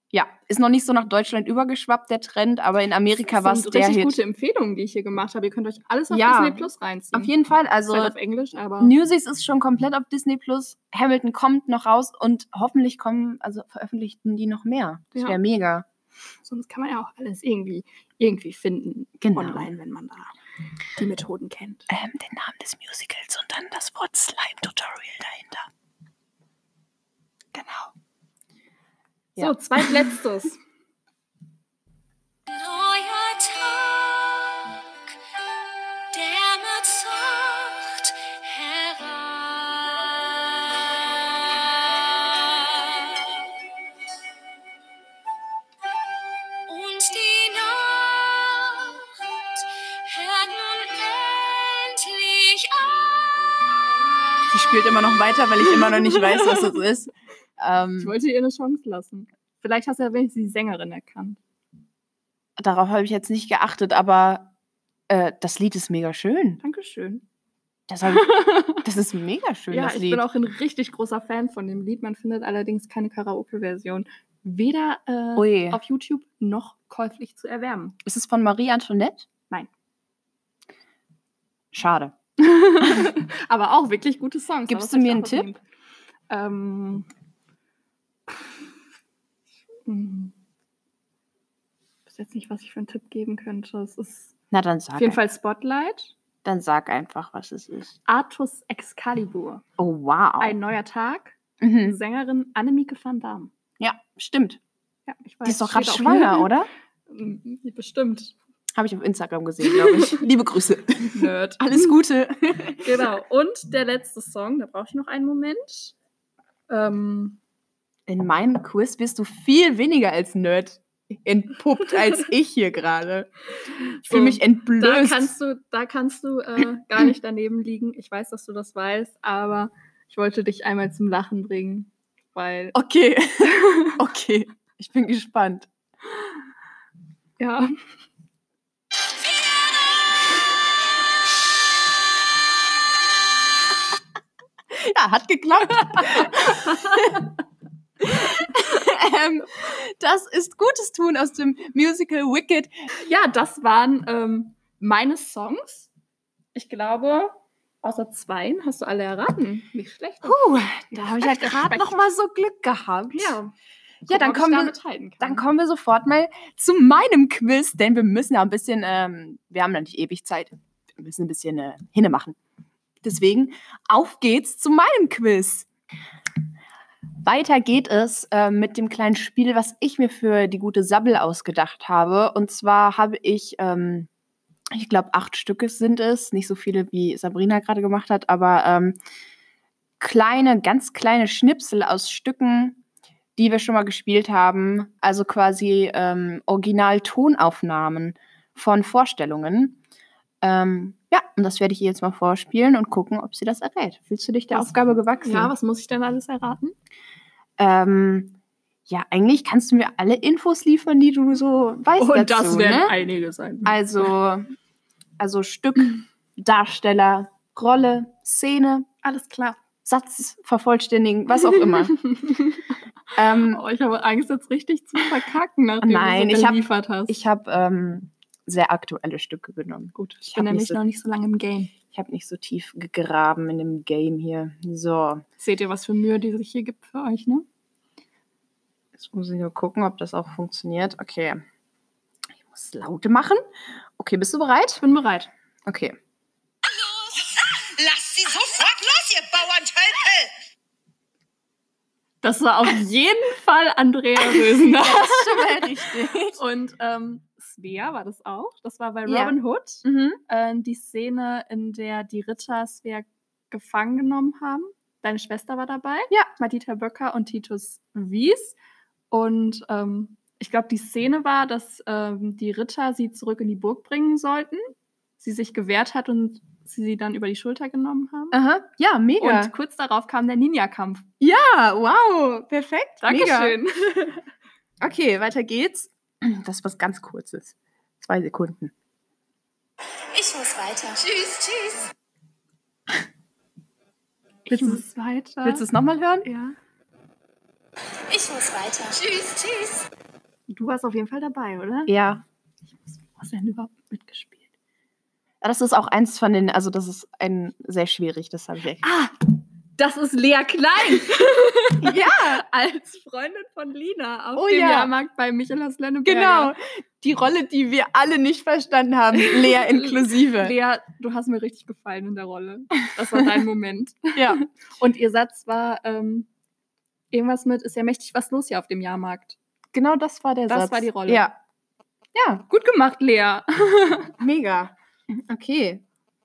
S3: Ja, ist noch nicht so nach Deutschland übergeschwappt, der Trend, aber in Amerika war
S2: das
S3: es
S2: sind
S3: der
S2: richtig
S3: Hit.
S2: gute Empfehlungen, die ich hier gemacht habe. Ihr könnt euch alles auf
S3: Ja.
S2: Disney Plus reinziehen.
S3: Auf jeden Fall, also
S2: Fall auf Englisch, aber
S3: Newsies ist schon komplett auf Disney Plus. Hamilton kommt noch raus und hoffentlich kommen, also veröffentlichten die noch mehr. Das
S2: Ja.
S3: wäre mega.
S2: sonst kann man ja auch alles irgendwie, irgendwie finden
S3: Genau.
S2: online, wenn man da die Methoden kennt.
S3: Ähm, den Namen des Musicals und dann das Wort Slime Tutorial dahinter. Genau. Ja.
S2: So, zweitletztes.
S4: Neuer Tag, der mit Sacht heran. Und die Nacht hört nun endlich an.
S3: Sie spielt immer noch weiter, weil ich immer noch nicht weiß, was es ist.
S2: Ich
S3: Ähm,
S2: wollte ihr eine Chance lassen. Vielleicht hast du ja wenigstens die Sängerin erkannt.
S3: darauf habe ich jetzt nicht geachtet, aber äh, das Lied ist mega schön.
S2: Dankeschön.
S3: Das, hab ich, das ist mega schön,
S2: ja,
S3: das
S2: ich
S3: Lied.
S2: bin auch ein richtig großer Fan von dem Lied. Man findet allerdings keine Karaoke-Version. Weder äh,
S3: Ui.
S2: auf YouTube noch käuflich zu erwerben.
S3: Ist es von Marie Antoinette?
S2: Nein.
S3: Schade.
S2: Aber auch wirklich gute Songs.
S3: Gibst du
S2: aber das
S3: mir
S2: hab ich
S3: einen
S2: auch
S3: Tipp?
S2: erwähnt. Ähm, hm. ich weiß jetzt nicht, was ich für einen Tipp geben könnte. Es ist
S3: Na, dann sag,
S2: auf jeden
S3: ein-
S2: Fall Spotlight.
S3: dann sag einfach, was es ist.
S2: Artus Excalibur.
S3: Oh, wow.
S2: Ein neuer Tag.
S3: mhm.
S2: Sängerin Annemieke van Dam.
S3: Ja, stimmt.
S2: Ja, ich weiß.
S3: Die ist doch gerade
S2: steht auch
S3: schwanger,
S2: hier.
S3: oder?
S2: Mm, Bestimmt.
S3: Habe ich auf Instagram gesehen, glaube ich. Mhm. Liebe Grüße.
S2: Nerd.
S3: Alles Gute.
S2: Genau. Und der letzte Song, da brauche ich noch einen Moment. Ähm,
S3: In meinem Quiz bist du viel weniger als Nerd entpuppt als ich hier gerade. Ich fühle
S2: So,
S3: mich
S2: da
S3: entblößt.
S2: kannst du, da kannst du äh, gar nicht daneben liegen. Ich weiß, dass du das weißt, aber ich wollte dich einmal zum Lachen bringen, weil
S3: okay. okay. Ich bin gespannt.
S2: ja,
S3: Ja, hat geklappt. ähm, das ist Gutes tun aus dem Musical Wicked.
S2: ja, das waren ähm, meine Songs. Ich glaube, außer zwei hast du alle erraten. Nicht schlecht.
S3: Puh, da habe ich ja gerade noch mal so Glück gehabt.
S2: Ja,
S3: halt Ja, dann
S2: ob ich
S3: kommen, wir,
S2: damit halten kann.
S3: dann kommen wir sofort mal zu meinem Quiz, denn wir müssen da ein bisschen, ähm, wir haben da nicht ewig Zeit, wir müssen ein bisschen äh, hinne machen. Deswegen, auf geht's zu meinem Quiz. Weiter geht es äh, mit dem kleinen Spiel, was ich mir für die gute Sabbel ausgedacht habe. Und zwar habe ich, ähm, ich glaube, acht Stücke sind es, nicht so viele, wie Sabrina gerade gemacht hat, aber ähm, kleine, ganz kleine Schnipsel aus Stücken, die wir schon mal gespielt haben. Also quasi ähm, Original-Tonaufnahmen von Vorstellungen. Ähm, ja, und das werde ich ihr jetzt mal vorspielen und gucken, ob sie das errät. Fühlst du dich der
S2: Was-
S3: Aufgabe gewachsen?
S2: Ja, was muss ich denn alles erraten?
S3: Ähm, ja, eigentlich kannst du mir alle Infos liefern, die du so weißt.
S1: Und
S3: dazu,
S1: das werden
S3: ne?
S1: einige sein.
S3: Also, also Stück, Darsteller, Rolle, Szene,
S2: Alles klar.
S3: Satz vervollständigen, was auch immer. ähm,
S2: oh, ich habe Angst, jetzt richtig zu verkacken, nachdem
S3: Nein,
S2: du
S3: ich
S2: so
S3: hab-
S2: geliefert hast.
S3: ich habe ähm, sehr aktuelle Stücke genommen. Gut, ich
S2: bin
S3: habe
S2: nämlich
S3: nicht, so,
S2: noch nicht so lange im Game.
S3: ich hab nicht so tief gegraben in dem Game hier. So,
S2: Seht ihr, was für Mühe die sich hier gibt für euch, ne?
S3: jetzt muss ich nur gucken, ob das auch funktioniert. Okay, ich muss Laute machen. Okay, bist du bereit?
S2: Ich bin bereit.
S3: Okay.
S5: Lasst sie sofort los, ihr Bauerntölpel!
S2: Das war auf jeden Fall Andrea Rösener.
S3: richtig.
S2: Und ähm, Svea war das auch. Das war bei
S3: Ja.
S2: Robin Hood.
S3: Mhm.
S2: Äh, die Szene, in der die Ritter Svea gefangen genommen haben. Deine Schwester war dabei.
S3: Ja.
S2: Madita Böcker und Titus Wies. Und ähm, ich glaube, die Szene war, dass ähm, die Ritter sie zurück in die Burg bringen sollten. Sie sich gewehrt hat und sie sie dann über die Schulter genommen haben.
S3: Aha, ja, mega.
S2: Und kurz darauf kam der Ninja-Kampf.
S3: ja, wow, perfekt. Mega.
S2: Dankeschön.
S3: Okay, weiter geht's. Das ist was ganz Kurzes. Zwei Sekunden.
S4: Ich muss weiter.
S5: Tschüss, tschüss!
S2: Ich
S3: Willst du-
S2: muss weiter.
S3: Willst du es nochmal hören?
S2: ja.
S4: Ich muss weiter.
S5: Tschüss, tschüss!
S2: Du warst auf jeden Fall dabei, oder?
S3: Ja.
S2: Hast du denn überhaupt mitgespielt?
S3: Das ist auch eins von den, also das ist ein sehr schwierig, das habe ich echt.
S2: Ah, das ist Lea Klein
S3: ja,
S2: als Freundin von Lina auf
S3: Oh
S2: dem
S3: ja.
S2: Jahrmarkt bei Michaelas Lenneberger.
S3: genau. Die Rolle, die wir alle nicht verstanden haben, Lea inklusive.
S2: Lea, du hast mir richtig gefallen in der Rolle. Das war dein Moment.
S3: Ja.
S2: Und ihr Satz war ähm, irgendwas mit, ist ja mächtig was los hier auf dem Jahrmarkt.
S3: Genau das war der
S2: Das
S3: Satz.
S2: war die Rolle.
S3: Ja. Ja,
S2: Gut gemacht, Lea.
S3: mega. Okay,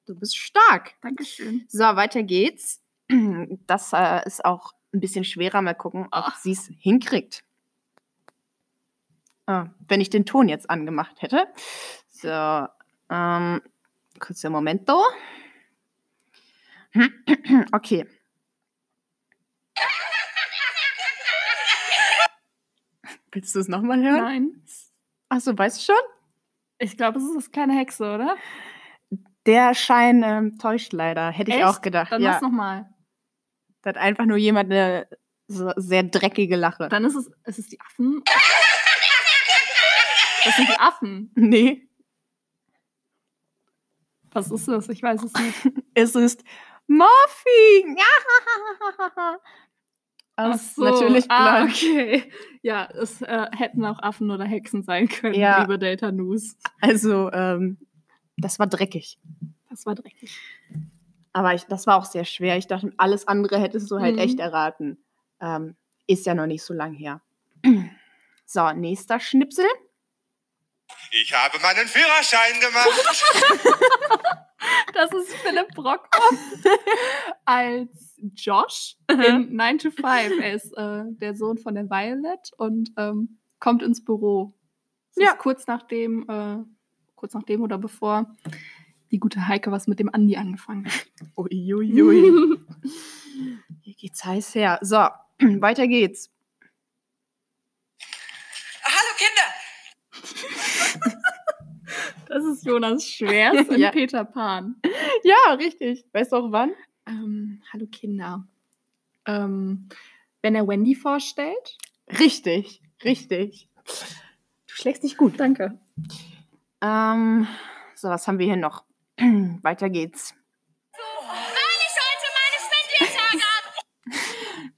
S3: du bist stark.
S2: Dankeschön.
S3: So, weiter geht's. Das äh, ist auch ein bisschen schwerer. Mal gucken,
S2: Ah.
S3: ob sie es hinkriegt. Ah, wenn ich den Ton jetzt angemacht hätte. So, ähm, kurzer Momento. Okay. Willst du es nochmal hören?
S2: Nein.
S3: Achso, weißt du schon?
S2: Ich glaube, es ist das kleine Hexe, oder?
S3: Der Schein ähm, täuscht leider. Hätte ich
S2: Echt?
S3: auch gedacht.
S2: Dann
S3: ja.
S2: mach's nochmal.
S3: Da hat einfach nur jemand eine so sehr dreckige Lache.
S2: Dann ist es, ist es die Affen. Das sind die Affen.
S3: nee,
S2: Was ist das? Ich weiß es nicht.
S3: es ist Morphing.
S2: Ach
S3: Aus
S2: so,
S3: natürlich
S2: ah,
S3: blank.
S2: okay. Ja, es äh, hätten auch Affen oder Hexen sein können,
S3: Ja.
S2: liebe Data News.
S3: Also, ähm, das war dreckig.
S2: Das war dreckig.
S3: Aber ich, das war auch sehr schwer. Ich dachte, alles andere hättest du halt
S2: Mhm.
S3: echt erraten. Ähm, ist ja noch nicht so lang her. So, nächster Schnipsel.
S6: Ich habe meinen Führerschein gemacht.
S2: Das ist Philipp Brockhoff als Josh in 9 to 5. Er ist äh, der Sohn von der Violet und ähm, kommt ins Büro. Es
S3: Ja.
S2: ist kurz nachdem, äh, kurz nachdem oder bevor die gute Heike was mit dem Andi angefangen hat.
S3: Uiuiui. Hier geht's heiß her. So, weiter geht's.
S5: Hallo, Kinder!
S2: Das ist Jonas Schwerst in
S3: Ja.
S2: Peter Pan.
S3: Ja, richtig. Weißt du auch wann?
S2: Ähm, hallo Kinder. Ähm, wenn er Wendy vorstellt.
S3: Richtig, richtig.
S2: Du schlägst dich gut, danke.
S3: Ähm, so, was haben wir hier noch? Weiter geht's.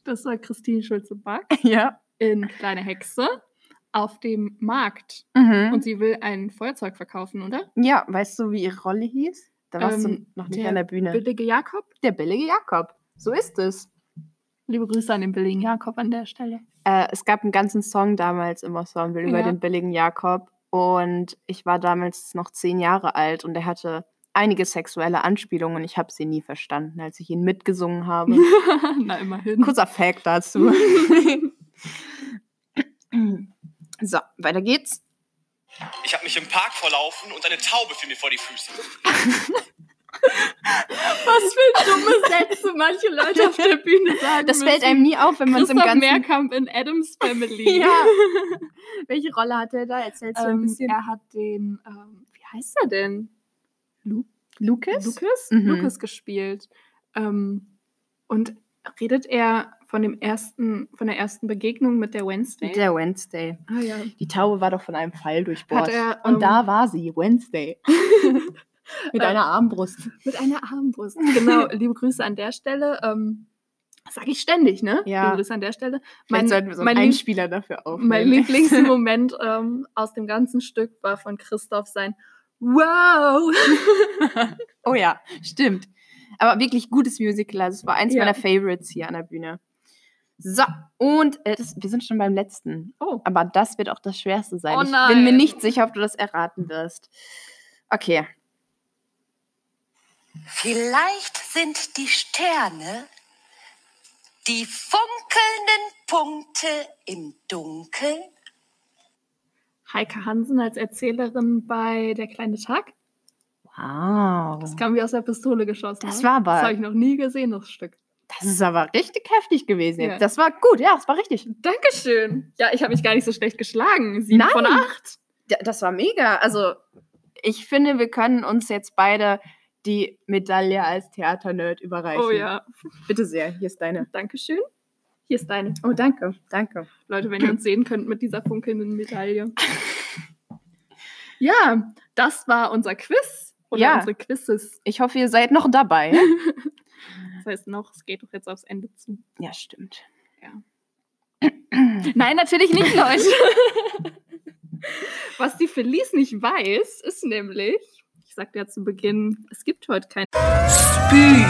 S2: Das war Christine Schulze-Back
S3: Ja.
S2: in Kleine Hexe auf dem Markt
S3: Mhm.
S2: und sie will ein Feuerzeug verkaufen, oder?
S3: Ja, weißt du, wie ihre Rolle hieß? Da warst
S2: Ähm,
S3: du noch nicht
S2: der
S3: an der Bühne.
S2: Billige Jakob.
S3: der billige Jakob. So ist es.
S2: Liebe Grüße an den billigen Jakob an der Stelle.
S3: Äh, es gab einen ganzen Song damals im Ensemble über
S2: Ja.
S3: den billigen Jakob. Und ich war damals noch zehn Jahre alt und er hatte einige sexuelle Anspielungen und ich habe sie nie verstanden, als ich ihn mitgesungen habe.
S2: Na, immerhin.
S3: Kurzer Fact dazu. so, weiter geht's.
S6: Ich habe mich im Park verlaufen und eine Taube fiel mir vor die Füße.
S2: Was für dumme Sätze manche Leute auf der Bühne sagen.
S3: Das fällt einem nie auf, wenn man es im
S2: Christoph
S3: ganzen...
S2: Mehrkamp in Adams Family.
S3: Ja. Welche Rolle hatte er da? Erzählst du ein
S2: Ähm,
S3: bisschen?
S2: er hat den, ähm, wie heißt er denn?
S3: Lukas?
S2: Lucas?
S3: Mhm.
S2: Lucas gespielt. Ähm, und redet er von dem ersten, von der ersten Begegnung mit der Wednesday?
S3: Der Wednesday.
S2: ah ja.
S3: Die Taube war doch von einem Pfeil durchbohrt.
S2: Hat er,
S3: und
S2: ähm,
S3: da war sie, Wednesday. Mit
S2: Äh,
S3: einer Armbrust.
S2: Mit einer Armbrust. Genau, liebe Grüße an der Stelle. Ähm, sag ich ständig, ne?
S3: Ja.
S2: Liebe Grüße an der Stelle.
S3: Vielleicht sollten wir so
S2: mein
S3: einen
S2: Lieb-
S3: Einspieler dafür aufnehmen.
S2: Mein Lieblingsmoment ähm, aus dem ganzen Stück war von Christoph sein Wow!
S3: oh ja, stimmt. Aber wirklich gutes Musical. Also es war eins
S2: Ja.
S3: meiner Favorites hier an der Bühne. So, und äh, das, wir sind schon beim letzten.
S2: Oh.
S3: Aber das wird auch das Schwerste sein.
S2: Oh
S3: ich bin mir
S2: nein.
S3: nicht sicher, ob du das erraten wirst. Okay.
S5: Vielleicht sind die Sterne die funkelnden Punkte im Dunkeln.
S2: Heike Hansen als Erzählerin bei Der kleine Tag.
S3: Wow.
S2: Das kam wie aus der Pistole geschossen.
S3: Das
S2: ne?
S3: war aber-
S2: Das habe ich noch nie gesehen, das Stück.
S3: Das ist aber richtig heftig gewesen jetzt.
S2: Ja.
S3: Das war gut, ja, das war richtig.
S2: Dankeschön. Ja, ich habe mich gar nicht so schlecht geschlagen. Sieben
S3: Nein.
S2: von acht.
S3: D- Das war mega. Also, ich finde, wir können uns jetzt beide die Medaille als Theaternerd überreichen.
S2: Oh ja.
S3: Bitte sehr, hier ist deine.
S2: Dankeschön. Hier ist deine.
S3: Oh, danke, danke.
S2: Leute, wenn ihr uns sehen könnt mit dieser funkelnden Medaille. Ja, das war unser Quiz. Oder
S3: Ja.
S2: unsere Quizzes.
S3: Ich hoffe, ihr seid noch dabei.
S2: Das heißt noch, es geht doch jetzt aufs Ende zu.
S3: ja, stimmt.
S2: Nein, natürlich nicht, Leute. Was die Felice nicht weiß, ist nämlich, ich sagte ja zu Beginn, es gibt heute kein.
S3: Speed-Fragerunde.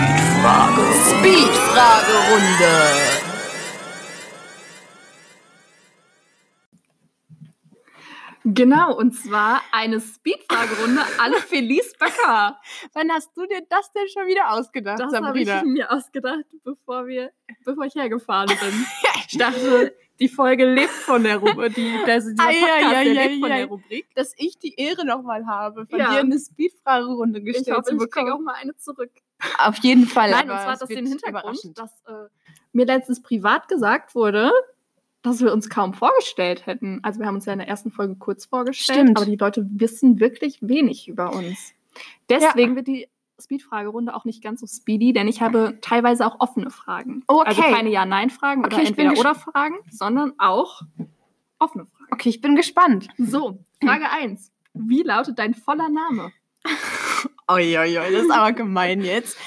S2: Genau, und zwar eine Speedfragerunde alle Felice Böcker.
S3: Wann hast du dir das denn schon wieder ausgedacht,
S2: Das habe ich
S3: Sabrina?
S2: mir ausgedacht, bevor, wir, bevor ich hergefahren bin. Ich dachte, die Folge lebt von der Rubrik. Die, das, dieser
S3: Ei, ei,
S2: Podcast,
S3: ei,
S2: der
S3: ei,
S2: lebt von
S3: ei.
S2: der Rubrik.
S3: Dass ich die Ehre nochmal habe, von
S2: Ja.
S3: dir eine Speed-Fragerunde
S2: Ich
S3: gestellt zu
S2: hoffe, ich kriege auch
S3: bekommen.
S2: mal eine zurück.
S3: Auf jeden Fall.
S2: Nein,
S3: aber
S2: und zwar
S3: es
S2: hat das
S3: wird
S2: den Hintergrund,
S3: überraschend.
S2: dass äh, mir letztens privat gesagt wurde, dass wir uns kaum vorgestellt hätten. Also wir haben uns ja in der ersten Folge kurz vorgestellt,
S3: Stimmt.
S2: aber die Leute wissen wirklich wenig über uns. Deswegen wird die Speed-Fragerunde auch nicht ganz so speedy, denn ich habe teilweise auch offene Fragen.
S3: Oh,
S2: Also
S3: okay.
S2: keine Ja-Nein-Fragen
S3: Okay,
S2: oder
S3: ich bin
S2: Entweder-Oder-Fragen, sondern auch offene Fragen.
S3: Okay, ich bin gespannt.
S2: So, Frage 1. Wie lautet dein voller Name?
S3: Uiuiui, das ist aber gemein jetzt.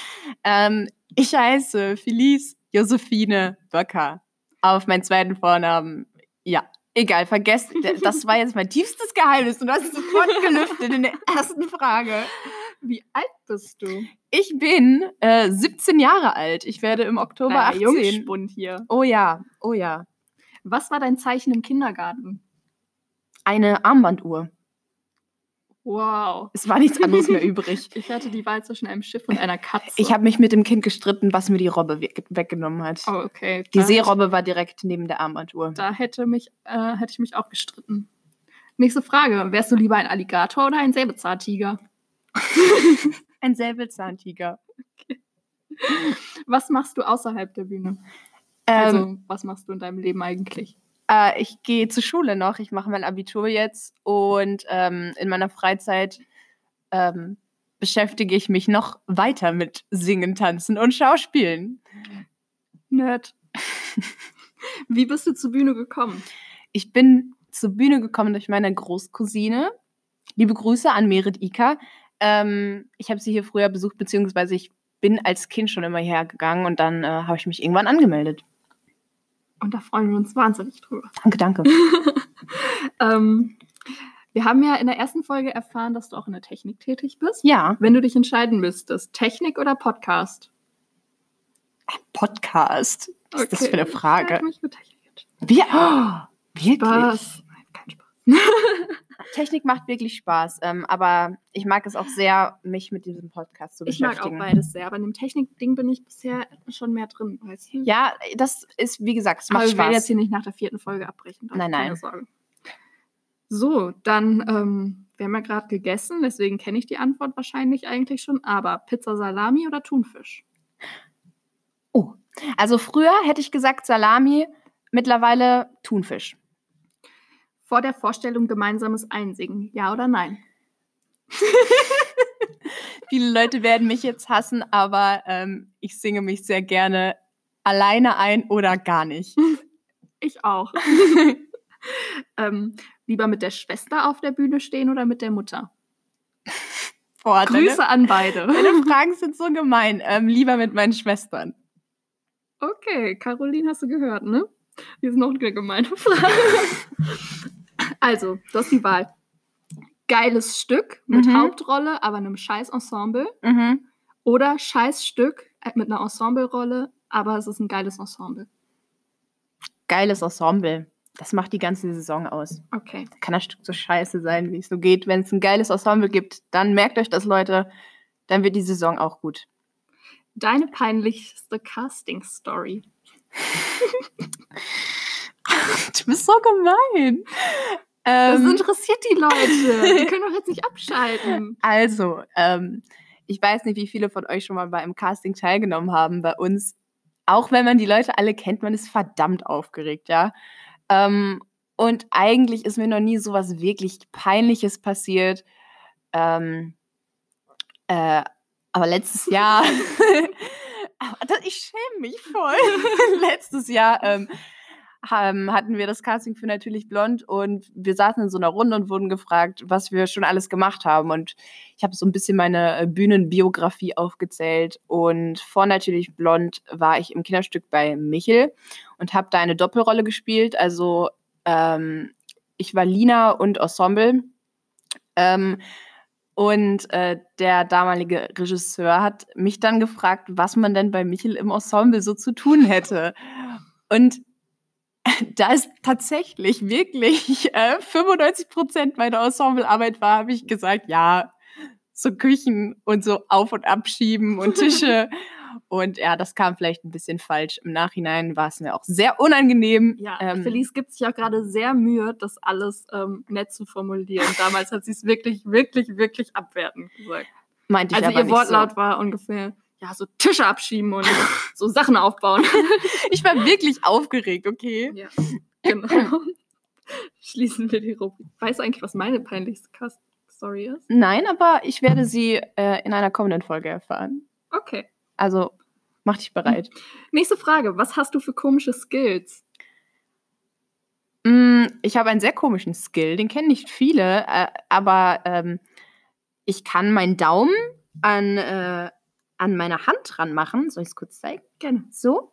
S3: Ähm, ich heiße Felice Josephine Böcker. Auf meinen zweiten Vornamen. Ja, egal, vergesst. d- Das war jetzt mein tiefstes Geheimnis und du hast es sofort gelüftet in der ersten Frage.
S2: Wie alt bist du?
S3: Ich bin äh, 17 Jahre alt. Ich werde im Oktober
S2: Kleiner
S3: 18.
S2: Jungspund hier.
S3: Oh ja, oh ja.
S2: Was war dein Zeichen im Kindergarten?
S3: Eine Armbanduhr.
S2: Wow.
S3: Es war nichts anderes mehr übrig.
S2: Ich hatte die Wahl zwischen einem Schiff und einer Katze.
S3: Ich habe mich mit dem Kind gestritten, was mir die Robbe we- weggenommen hat.
S2: Oh, okay.
S3: Die
S2: da,
S3: Seerobbe war direkt neben der Armbanduhr.
S2: Da hätte, mich, äh, hätte ich mich auch gestritten. Nächste Frage. Wärst du lieber ein Alligator oder ein Säbelzahntiger?
S3: Ein Säbelzahntiger.
S2: Was machst du außerhalb der Bühne?
S3: Ähm,
S2: also, was machst du in deinem Leben eigentlich?
S3: äh, ich gehe zur Schule noch, ich mache mein Abitur jetzt und ähm, in meiner Freizeit ähm, beschäftige ich mich noch weiter mit Singen, Tanzen und Schauspielen.
S2: Nerd. Wie bist du zur Bühne gekommen?
S3: Ich bin zur Bühne gekommen durch meine Großcousine. Liebe Grüße an Merit Ika. Ähm, ich habe sie hier früher besucht, beziehungsweise ich bin als Kind schon immer hergegangen und dann äh, habe ich mich irgendwann angemeldet.
S2: Und da freuen wir uns wahnsinnig drüber.
S3: Danke, danke.
S2: Ähm, wir haben ja in der ersten Folge erfahren, dass du auch in der Technik tätig bist.
S3: Ja,
S2: Wenn du dich entscheiden müsstest, Technik oder Podcast?
S3: Podcast. Was ist das für eine
S2: Ich
S3: Frage?
S2: hab mich für Technik entschieden.
S3: Wir, oh, wirklich?
S2: Spaß. Nein, kein Spaß.
S3: Technik macht wirklich Spaß, ähm, aber ich mag es auch sehr, mich mit diesem Podcast zu
S2: Ich mag auch
S3: beschäftigen.
S2: beides sehr, aber in dem Technik-Ding bin ich bisher schon mehr drin, weißt du?
S3: Ja, das ist, wie gesagt, es
S2: aber
S3: macht
S2: wir werden jetzt
S3: Spaß.
S2: hier nicht nach der vierten Folge abbrechen.
S3: Nein, nein.
S2: Keine Sorge. So, dann, ähm, wir haben ja gerade gegessen, deswegen kenne ich die Antwort wahrscheinlich eigentlich schon, aber Pizza Salami oder Thunfisch?
S3: Also früher hätte ich gesagt Salami, mittlerweile Thunfisch.
S2: Vor der Vorstellung gemeinsames Einsingen, ja oder nein?
S3: Viele Leute werden mich jetzt hassen, aber ähm, ich singe mich sehr gerne alleine ein oder gar nicht.
S2: Ich auch. ähm, lieber mit der Schwester auf der Bühne stehen oder mit der Mutter?
S3: Boah,
S2: Grüße an beide.
S3: Deine, deine Fragen sind so gemein. Ähm, lieber mit meinen Schwestern.
S2: Okay, Caroline hast du gehört, ne? Die ist noch eine gemeine Frage. also, das ist die Wahl. Geiles Stück mit
S3: Mhm.
S2: Hauptrolle, aber einem scheiß Ensemble.
S3: Mhm.
S2: Oder scheiß Stück äh, mit einer Ensemblerolle, aber es ist ein geiles Ensemble.
S3: Geiles Ensemble. Das macht die ganze Saison aus.
S2: Okay.
S3: Kann das Stück so scheiße sein, wie es so geht. Wenn es ein geiles Ensemble gibt, dann merkt euch das, Leute. Dann wird die Saison auch gut.
S2: Deine peinlichste Casting-Story.
S3: Du bist so gemein.
S2: Das
S3: Ähm,
S2: interessiert die Leute. Die können doch jetzt nicht abschalten.
S3: also, ähm, ich weiß nicht, wie viele von euch schon mal bei einem Casting teilgenommen haben. Bei uns, auch wenn man die Leute alle kennt, man ist verdammt aufgeregt, ja. Ähm, und eigentlich ist mir noch nie sowas wirklich Peinliches passiert. Ähm, äh, aber letztes Jahr, Aber das- ich schäme mich voll. letztes Jahr ähm, haben, hatten wir das Casting für Natürlich Blond und wir saßen in so einer Runde und wurden gefragt, was wir schon alles gemacht haben. Und ich habe so ein bisschen meine äh, Bühnenbiografie aufgezählt. Und vor Natürlich Blond war ich im Kinderstück bei Michel und habe da eine Doppelrolle gespielt. Also ähm, ich war Lina und Ensemble. Ähm, und äh, der damalige Regisseur hat mich dann gefragt, was man denn bei Michel im Ensemble so zu tun hätte. Und da es tatsächlich wirklich äh, 95 Prozent meiner Ensemblearbeit war, habe ich gesagt, ja, so Küchen und so auf und abschieben und Tische. und ja, das kam vielleicht ein bisschen falsch. Im Nachhinein war es mir auch sehr unangenehm.
S2: Ja,
S3: Ähm,
S2: Felice gibt sich ja gerade sehr Mühe, das alles ähm, nett zu formulieren. Damals hat sie es wirklich, wirklich, wirklich abwertend gesagt.
S3: meinte ich
S2: also
S3: aber
S2: ihr
S3: nicht
S2: Wortlaut war ungefähr, ja, so Tische abschieben und so Sachen aufbauen.
S3: So. Ich war wirklich aufgeregt, okay?
S2: ja, genau. Schließen wir die Rubrik. Weißt du eigentlich, was meine peinlichste Cast-Story ist?
S3: Nein, aber ich werde sie äh, in einer kommenden Folge erfahren.
S2: Okay.
S3: Also mach dich bereit.
S2: Nächste Frage. Was hast du für komische Skills?
S3: Mm, ich habe einen sehr komischen Skill, den kennen nicht viele, äh, aber ähm, ich kann meinen Daumen an, äh, an meine Hand dran machen. Soll ich es kurz zeigen?
S2: Gerne.
S3: So,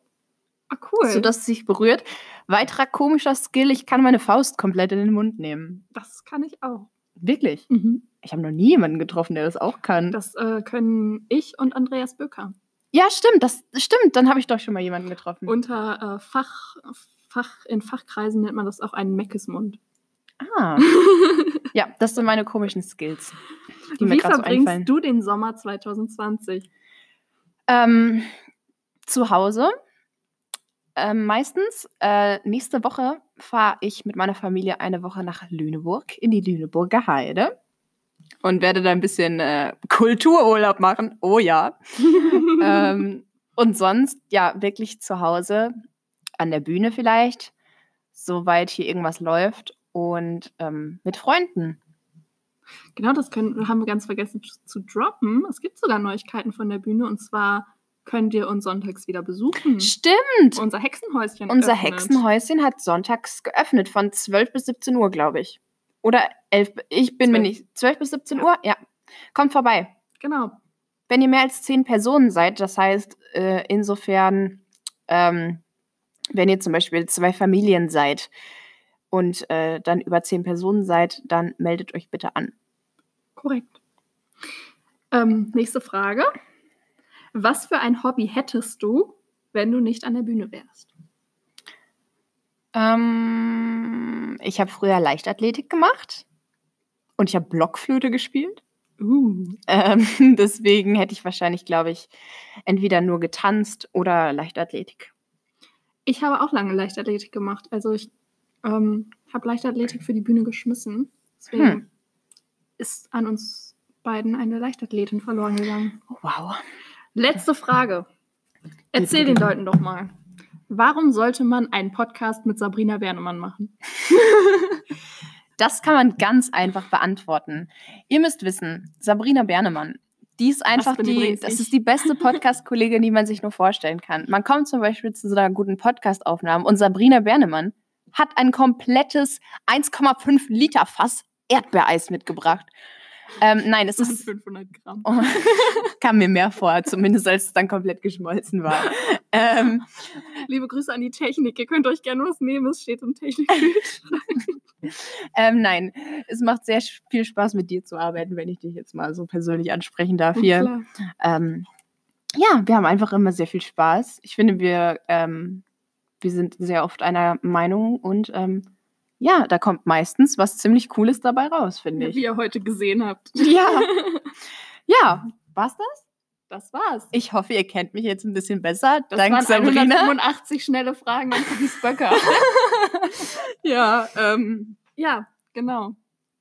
S2: Ah, cool.
S3: sodass es sich berührt. Weiterer komischer Skill, ich kann meine Faust komplett in den Mund nehmen.
S2: das kann ich auch.
S3: Wirklich.
S2: Mhm.
S3: Ich habe noch nie jemanden getroffen, der das auch kann.
S2: Das äh, können ich und Andreas Böker.
S3: ja, stimmt, das stimmt. Dann habe ich doch schon mal jemanden getroffen.
S2: Unter äh, Fach, Fach, in Fachkreisen nennt man das auch einen Meckesmund.
S3: Ah. ja, das sind meine komischen Skills, die mir
S2: Wie
S3: gerade so
S2: verbringst
S3: einfallen.
S2: du den Sommer 2020?
S3: Ähm, zu Hause. Ähm, meistens. Äh, nächste Woche fahre ich mit meiner Familie eine Woche nach Lüneburg, in die Lüneburger Heide. Und werde da ein bisschen äh, Kultururlaub machen. Oh ja.
S2: Äh,
S3: ähm, und sonst, ja, wirklich zu Hause, an der Bühne vielleicht, soweit hier irgendwas läuft. Und ähm, mit Freunden.
S2: Genau, das können, haben wir ganz vergessen zu, zu droppen. Es gibt sogar Neuigkeiten von der Bühne und zwar könnt ihr uns sonntags wieder besuchen.
S3: Stimmt.
S2: Unser Hexenhäuschen.
S3: Unser
S2: öffnet.
S3: Hexenhäuschen hat sonntags geöffnet von 12 bis 17 Uhr, glaube ich. Oder 11, ich bin mir
S2: 12.
S3: nicht. 12 bis 17
S2: Ja.
S3: Uhr? Ja. Kommt vorbei.
S2: Genau.
S3: Wenn ihr mehr als 10 Personen seid, das heißt äh, insofern ähm, wenn ihr zum Beispiel zwei Familien seid und äh, dann über zehn Personen seid, dann meldet euch bitte an.
S2: Korrekt. Ähm, nächste Frage. Was für ein Hobby hättest du, wenn du nicht an der Bühne wärst?
S3: Ähm, ich habe früher Leichtathletik gemacht und ich habe Blockflöte gespielt.
S2: Uh,
S3: Ähm, deswegen hätte ich wahrscheinlich, glaube ich, entweder nur getanzt oder Leichtathletik.
S2: ich habe auch lange Leichtathletik gemacht. Also ich ähm, habe Leichtathletik für die Bühne geschmissen. Deswegen
S3: Hm.
S2: ist an uns beiden eine Leichtathletin verloren gegangen.
S3: Wow.
S2: Letzte Frage. Erzähl den Leuten doch mal. Warum sollte man einen Podcast mit Sabrina Bernemann machen?
S3: Das kann man ganz einfach beantworten. Ihr müsst wissen, Sabrina Bernemann, die ist einfach
S2: bin
S3: die,
S2: übrigens
S3: das
S2: ich.
S3: ist die beste Podcast-Kollegin, die man sich nur vorstellen kann. Man kommt zum Beispiel zu so einer guten Podcast-Aufnahme und Sabrina Bernemann hat ein komplettes 1,5 Liter Fass Erdbeereis mitgebracht. Ähm, nein, es ist
S2: 500 Gramm.
S3: Oh, kam mir mehr vor, zumindest als es dann komplett geschmolzen war. Ähm,
S2: Liebe Grüße an die Technik. Ihr könnt euch gerne was nehmen. Es steht im Technikkühlschrank.
S3: ähm, nein, es macht sehr sch- viel Spaß, mit dir zu arbeiten, wenn ich dich jetzt mal so persönlich ansprechen darf hier.
S2: Klar.
S3: Ähm, ja, wir haben einfach immer sehr viel Spaß. Ich finde, wir, ähm, wir sind sehr oft einer Meinung und ähm, ja, da kommt meistens was ziemlich Cooles dabei raus, finde
S2: Wie
S3: ich.
S2: ihr heute gesehen habt.
S3: Ja. Ja, war's das?
S2: Das war's.
S3: Ich hoffe, ihr kennt mich jetzt ein bisschen besser.
S2: Das
S3: Dank
S2: waren
S3: Sabrina.
S2: 185 schnelle Fragen an Cookies Böcker.
S3: Ja, ähm,
S2: ja, genau.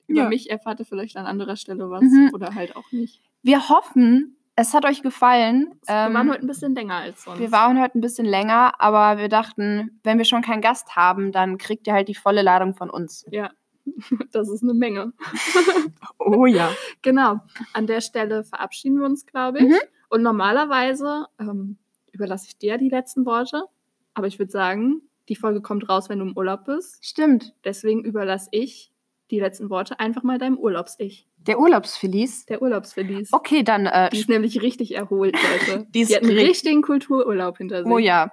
S2: Über
S3: Ja.
S2: mich erfahrt ihr vielleicht an anderer Stelle was
S3: Mhm.
S2: oder halt auch nicht.
S3: Wir hoffen, es hat euch gefallen.
S2: wir waren
S3: Ähm,
S2: heute ein bisschen länger als sonst.
S3: wir waren heute ein bisschen länger, aber wir dachten, wenn wir schon keinen Gast haben, dann kriegt ihr halt die volle Ladung von uns.
S2: das ist eine Menge.
S3: Oh ja.
S2: Genau. An der Stelle verabschieden wir uns, glaube ich.
S3: Mhm.
S2: Und normalerweise ähm, überlasse ich dir die letzten Worte. Aber ich würde sagen, die Folge kommt raus, wenn du im Urlaub bist.
S3: Stimmt.
S2: Deswegen überlasse ich die letzten Worte einfach mal deinem Urlaubs-Ich,
S3: Der Urlaubsfeliz.
S2: der Urlaubsverlies.
S3: Okay, dann. Äh,
S2: Die ist nämlich richtig erholt, Leute.
S3: Die
S2: die,
S3: ist
S2: hat einen
S3: ri-
S2: richtigen Kultururlaub hinter sich.
S3: oh ja.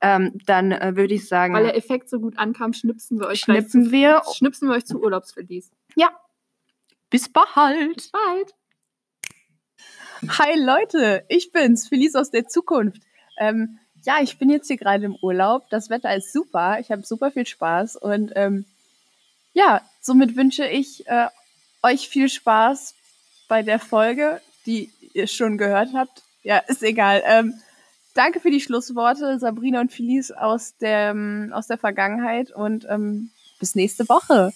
S3: Ähm, dann äh, würde ich sagen,
S2: Weil der Effekt so gut ankam, schnipsen wir euch gleich
S3: schnippen wir.
S2: zu, schnipsen wir euch zu Urlaubsverlies.
S3: Bis bald.
S2: Bis bald.
S3: Hi Leute, Äh, ich bin's, Felice aus der Zukunft. Ähm, ja, ich bin jetzt hier gerade im Urlaub. Das Wetter ist super. Ich habe super viel Spaß und ähm, ja, somit wünsche ich äh, euch viel Spaß bei der Folge, die ihr schon gehört habt. Ja, ist egal. Ähm, danke für die Schlussworte, Sabrina und Felice aus der, aus der Vergangenheit und ähm, bis nächste Woche.